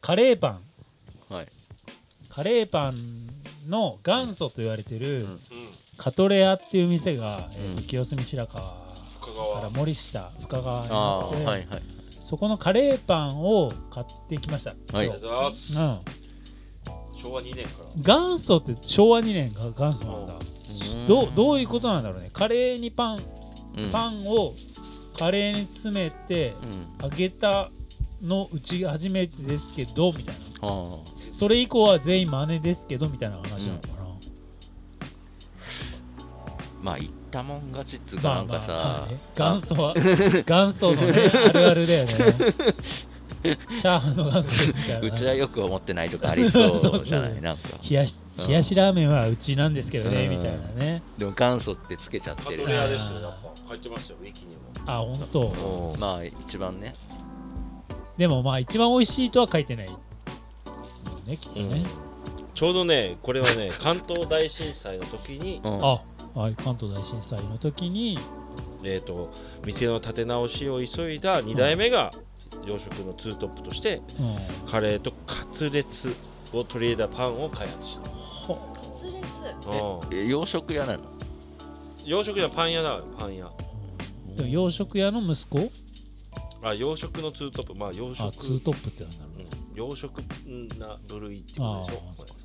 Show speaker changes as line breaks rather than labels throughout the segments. カレーパン
はい
カレーパンの元祖と言われてる、
うん
うん
カトレアっていう店が、えー
うん
清澄白河
深
から
川
森下深川に
あ
あ
あ
って
はいはい
そこのカレーパンを買ってきました、
はい
今
ありがとうございます
日うん
昭和2年から
元祖って昭和2年が元祖なんだ
うん
どうどういうことなんだろうねカレーにパン
うん
パンをカレーに詰めて
うん
揚げたのうち初めてですけどみたいな
あ
それ以降は全員真似ですけどみたいな話なのかな、
あまあ言ったもん勝ちっつうか
ま
な
あ
ん
ま
か
あま
さ
あね、元祖は 元祖のねあるあるだよ ねチャーハンの元祖ですみたいな
うちはよく思ってないとかありそうじゃ な
そうそう
いなんか
冷やし
うん
冷やしラーメンはうちなんですけどね、
うん
みたいなね
でも元祖ってつけちゃっ
カト
て
レ
る
アですよやっぱ書いてましたよウィキにも
あ本当
まあ一番ね
でもまあ一番美味しいとは書いてないもんねきっとね、
ちょうどねこれはね 関東大震災の時に
うん
あはい関東大震災の時に
えー、と店の立て直しを急いだ2代目が洋食のツートップとして
うん
カレーとカツレツを取り入れたパンを開発した
ほ
カツレツ
うん
え洋食屋なの
洋食屋パン屋だパン屋
でも洋食屋の息子
あ洋食のツートップまあ洋食
あツートップってなんだろう
う
ね
ん、洋食な部類ってことでしょ
あー
これ
そ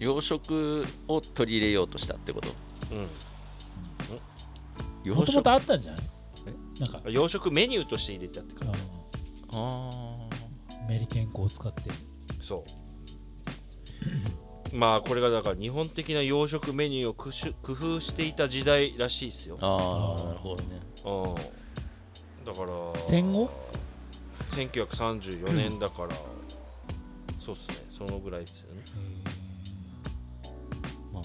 洋食を取り入れようとしたってこと
うん
洋
もとも
食
とあったんじゃない
え
なんか
あ、洋食メニューとして入れたって
う
感じ
ん
あ
メリケン粉を使って
そう まあこれがだから日本的な洋食メニューを工夫工夫していた時代らしいですよ
ーあ
あー
ーなるほどね
うんだから
戦後
1934年だから、そうっすねそのぐらいですよね
え
まあ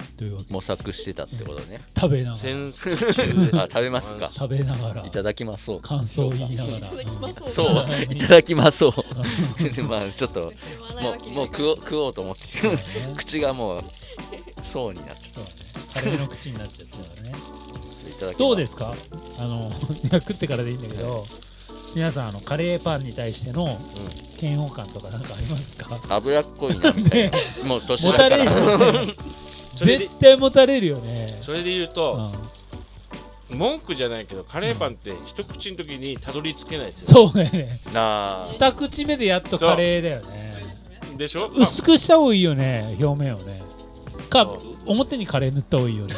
ーというわけで
模索してたってことね
食べながら
戦時中ですよ
あ食べますか
食べながら
いただきますそう
感想を言いながら
いただきます
そう
い
い
た
た
だ
だきますそう まあちょっと
言わない
も
わけ
う
に
もう
はいかな
食
い
おう食おうと思って
き
口がもうそうになって
そうねカレーの口になっちゃったからね
いただきます
どうですかあの いや食ってからでいいんだけど皆さんあのカレーパンに対しての嫌悪感とかなんかありますか
脂っこいなみたいな、 もう年
も
だか
たれる
ら
よね
それで
絶対もたれるよね
それで言う
う
と、
ん
文句じゃないけどカレーパンって一口の時にたどり着けないですよ、
そうだよね
なあ
二口目でやっとカレーだよね
でしょ、まあ
薄くした方がいいよね表面をねか
そう
表にカレー塗った方がいいよね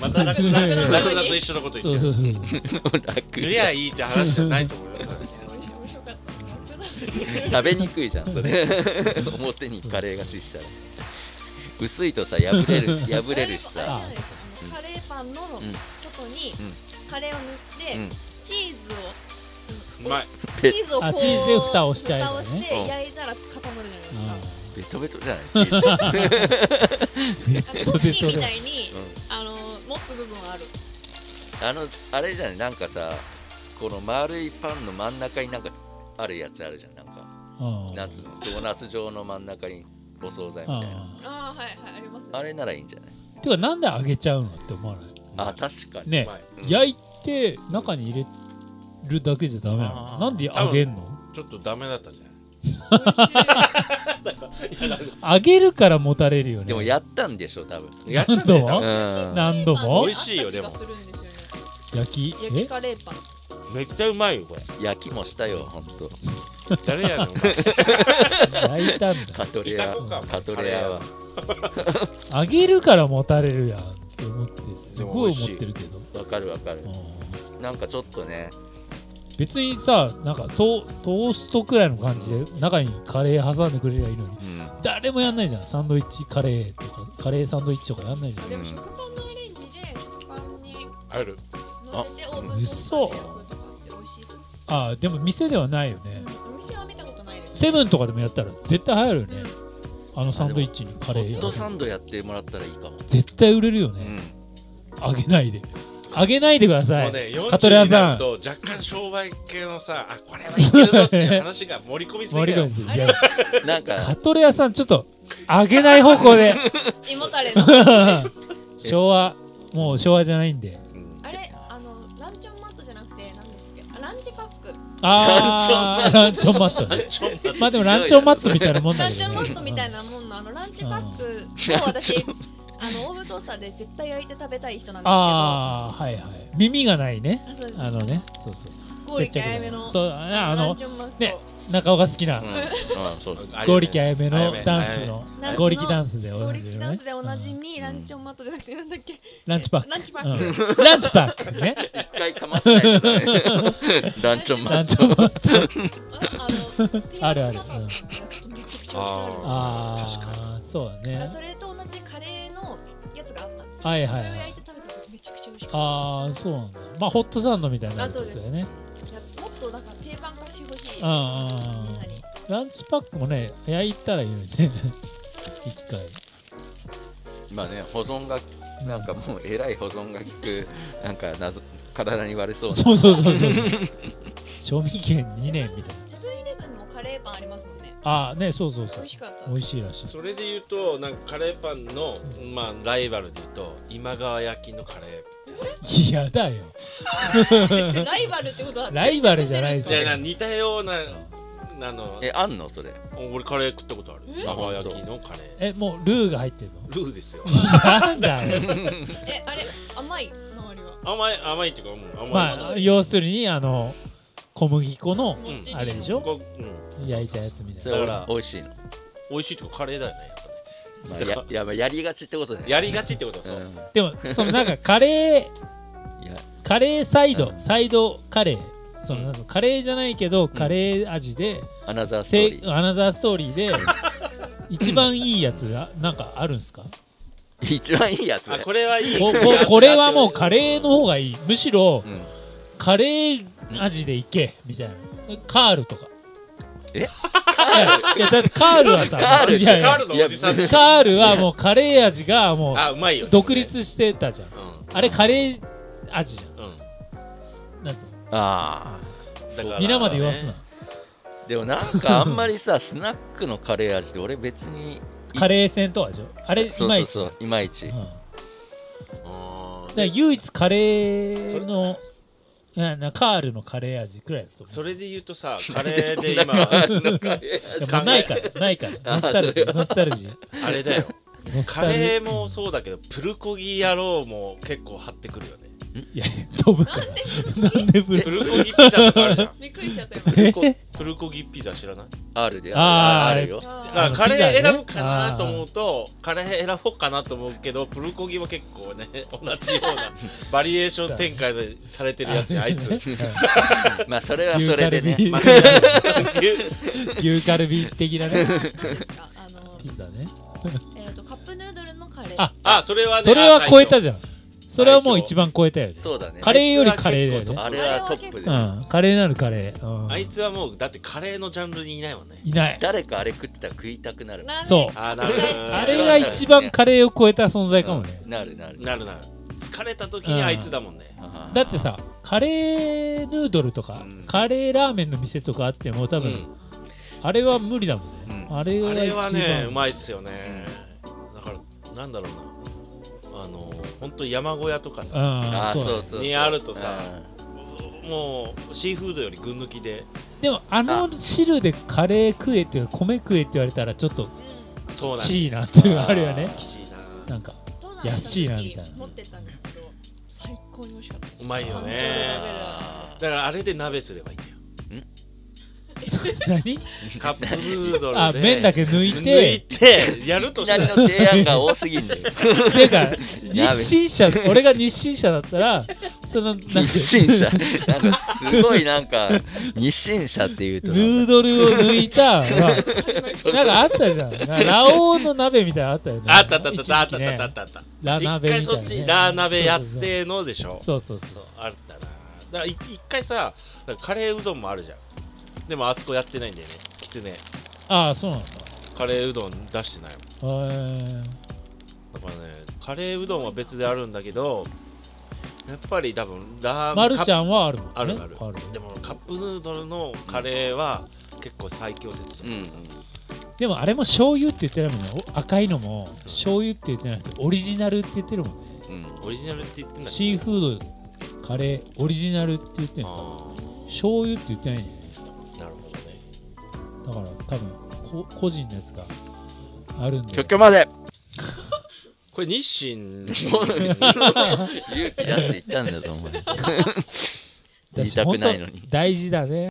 またラクダ
うん
ラクダと一緒のこと言って
そう
る
そうそう
楽
塗りゃいいって話じゃないと思うよ
美味しい面白かった
食べにくいじゃんそれ 表にカレーがついてたら薄いとさ破れ る破れるしさ
あ
うん
カレーパンの外
ん
に
う
カレーを塗って、
うん
チーズ
う
を
まい
チーズをこ
あ
う
チーズで蓋をしちゃえばね
蓋をして
うん
焼いたら固まるじゃない
ベトベトじゃないチー ズ
ですか、あの
う
ト
ん
ッキーみたいに、
うん
あの持つ部分ある
あのあれじゃないなんかさこの丸いパンの真ん中になんかあるやつあるじゃんなんか
うん
なんつうのドーナツ状の真ん中にお惣菜みたいな
う
ああはいはいありますね
あれならいいんじゃない
んてかなんで揚げちゃうのって思わない
あ確かに
ね
うまい
うん
焼いて中に入れるだけじゃダメなの
あー
なんで揚げんの
ちょっとダメだったんじゃない
美味しい
揚げるからもたれるよね
でもやったんでしょ多分
やったんだ
どう
よ多分
うん
何度も
美味しいよでも
あった気がするんですよね
焼き
焼きカレーパン
めっちゃうまいよこれ
焼きもしたよほんと
誰やねんお前
え焼い たん
カトレ
い
ア
たこか
カトレアは
だ揚げるからもたれるやんって思ってすごい思ってるけど
わかるわかる
うん
なんかちょっとね
別にさなんかトトーストくらいの感じで中にカレー挟んでくれりゃいいのに
うん
誰もやんないじゃんサンドイッチカレーとかカレーサンドイッチとかやんないじゃん
でも食パンのアレンジで食パンに
ある
乗せてオーブントースターで焼くとかって美味しいです
ああでも店ではないよね
うんお店は見たことないです
セブンとかでもやったら絶対流行るよね
う
あのサンドイッチにカ
ホ
レー
ットサ
や
ンドやってもらったらいいかも
絶対売れるよ
う
ね
ん
揚げないで揚げないでくださ
もう
い
ね、
カトレ
40
ア
にな
さ
る
ん
と若干商売系のさ、あ、これはいけるぞっていう話が盛り込みすぎ
森
だ
川
よ。
さん
あ
い
れ
や
なんか
カトレアさんちょっと揚げない方向で
ん胃もたれの
昭和もう昭和じゃないんで
あれあのランチョンマットじゃなくて何でしたっけあランチパック
ああ ランチョンマットね
ちょっ と
まあでもランチョンマットみたいなもんだ
ラン
け
チョ
ど
ン
ね
マットみたいなもんのあのランチパックを私 あのオーブトースターで絶対焼いて食べたい人なんですけど
ああはいはい耳がないね
あそうです
あのねそうそうそう
氷きあやめの
そうああ
ラン
の
チョンマット、
ね中尾が好きな、
うん、うん、そうです
ゴリキあやめのダン
あ
ス
やめ
の
ダンスの
ゴリキダンスでお
氷
な
好
じ
き
み
ダ
の
ン
ね
スでおなじみ、
うん
ランチョンマットじゃなくてなんだっけ
ランチパック
ランチパ
う
ック、
んランチパックね
一回かませないとねランチョンマ
ラ
ッ
ンチ
ト
ョンマット
あのピー ナ
あるあ
ッツ
る
バターとか焼くとめちゃくちゃ美味しくなるんですよ
あ
確
あそうだ
あ
ね
それと同じカレーのやつがあったんですよ、
はいはいはい
それを焼いて食べた時めちゃくちゃ美味しかっ
ああそうなんだまあホットサンドみたいになるってことだよね
たいやもっとなんか定番化してほしいみん
うんうんうん
なに
ランチパックもね焼いたらいいのにね 一回
まあね保存がなんかもうえらい保存が効くなんか謎体に悪そうな
そうそうそうそう賞味期限2年みたいな
セブンイレブンもカレーパンありますもん ね
ああねそうそうそ
美
う
味しかった
美味しいらしい
それで言うとなんかカレーパンの、まあ、ライバルで言うと今川焼きのカレー
いやだよ
ライバルってことは
ライバルじゃない
です
じゃ
じゃ
ん
あな似たようなあの
えあんのそれ
俺カレー食ったことある
え
今川焼きのカレー
えもうルーが入 ってるの
ルーですよ
なんだよ
えあれ甘い周りは
甘い甘いっていうか、うん、甘い、
まあ要するにあの小麦粉の
もち
あれでし
こ
ょ
こうん、
焼いたやつみた
そ
い
れ
な
だから
美味しいの、
美味しいっていうかカレーだよねやっぱね
まあ、ややまあやりがちってことだよね
やりがちってことはそう、
うん
でもそのなんかカレー
いや
カレーサイド、
うん
サイドカレーその
うん
なんかカレーじゃないけど、カレー味で、
アナザースト
せ
ー
い
リ
アナザーストーリーで一番いいやつがなんかあるんですか
ー一番いいやつ
あこれはいい
こここれはもうカレーの方がいいむしろ
うん
カレー味でいけみたいなカールとか
え
いやいやだって カールはさ
カール
いやい
カー
や
ルのお じさんでしょ
カールはもうカレー味がも
あうまいよ
う独立してたじゃん
うん
あれカレー味じゃ
うん
んなんつうの
ああ
だから
皆まで言わすな
でもなんかあんまりさスナックのカレー味で俺別に
カレー戦とはでしょあれい
そう
ま
そ
いうち
そういまいち、
うんだか
あー
ら唯一カレーのいやなカールのカレー味くらいだと思う
それで言う とさカレーで
なんかあ
今
るのカ
い
レー味
やもうないからないからノスタルジーノスタルジー
あれだよ
ノス
カ
タルジ
レーもそうだけどプルコギ野郎も結構張ってくるよね
いや飛ぶからなんでブ
プ
ル
ルコギピザとかあるじゃん
びっくりしち ゃったよ
プルコプルコギピザ知らない
あるで
あー
あるよ
だ
あの
から
ピ
カレ
ザね
ー選ぶかなと思うとカレー選ぼうかなと思うけどプルコギは結構ね 同じよ うなバリエーション展開でされてるやつあいつ
ね
牛
まあそれはそれでね
牛カルビ
まあ
牛カルビ的なね
何ですかあ の
ピザね
えっとカップヌードルのカレー
あ
あそれはね
それは超えた
じ
じゃんそれはもう一番超えたよね
そうだね
カレーよりカレーだよね
あれはトップで、
うんカレーなるカレー
あ
う
い
ん
つはもうだってカレーのジャンルにいないもんね
いない
誰かあれ食ってたら食いたくなる
なんで
そう
あーなる
あれが一番カレーを超えた存在かもね
うんなるなる
なるなる疲れた時にあいつだもんね
あー
だってさカレーヌードルとか、
うん
カレーラーメンの店とかあっても多分、
うん
あれは無理だもんね、
うん
あれが
あ
一番
れはねうまいっすよね、だからなんだろうなあの本当山小屋とか
うん
さ、
あ
あ
ー
そう
そうそう
にあるとさ
うん
もうシーフードより群抜きで
でもあの汁でカレー食えっていうか米食えって言われたらちょっと
う
そうなん
チーなっていうの
あ
が
ー
あるよね
きちいな
なんか
ん都内行った時
安いなみたいな
持ってったんですけど最高に美味しかったです
うまいよね
山頂で食べる
あ
だからあれで鍋すればいいんだよ
何
ー
カップヌードルで
あ麺だ
け
け抜い
抜い
て
てやる
い
と
き
し
な
た
り
ら
の提案が多すぎんだよ
て か日清社俺が日清社だったらそ のなんか
日清社なんかすごいなんか日清社っていうと
ヌ
な
ー
んか
ドルを抜い た、まあなんかあったじゃんなんかラオウの鍋みたいなのあったよね
あったあったあったあっ
一
た
時期
あ
ね
ったあったあった
ラ
一
鍋
回
みたい
そ
な、
っ
ね、
ちラー鍋やってのでしょ
そうそうそう
そ
そうう
あったなだからい一回さだからカレーうどんもあるじゃんでもあそこやってないんだよねきつね
ああそうなんだ
カレーうどん出してないもん
へー
だからねカレーうどんは別であるんだけどやっぱり多分ラー
まるち
ん
ゃんはあるもんね
あるある
ある
でもカップヌードルのカレーは結構最強説じゃ、
うんんうん
でもあれも醤油って言ってないもんねお赤いのも醤油って言ってなくてオリジナルって言ってるもんね
うん
オリジナルって言ってんだっけ
シーフードカレーオリジナルって言ってる
あー
醤油って言ってないんだよね
なるほどね
だから多分こ個人のやつがあるんで
極挙まで
これ日清
勇気出して言ったんだぞお前言い
私
たくないの
本
に
当大事だね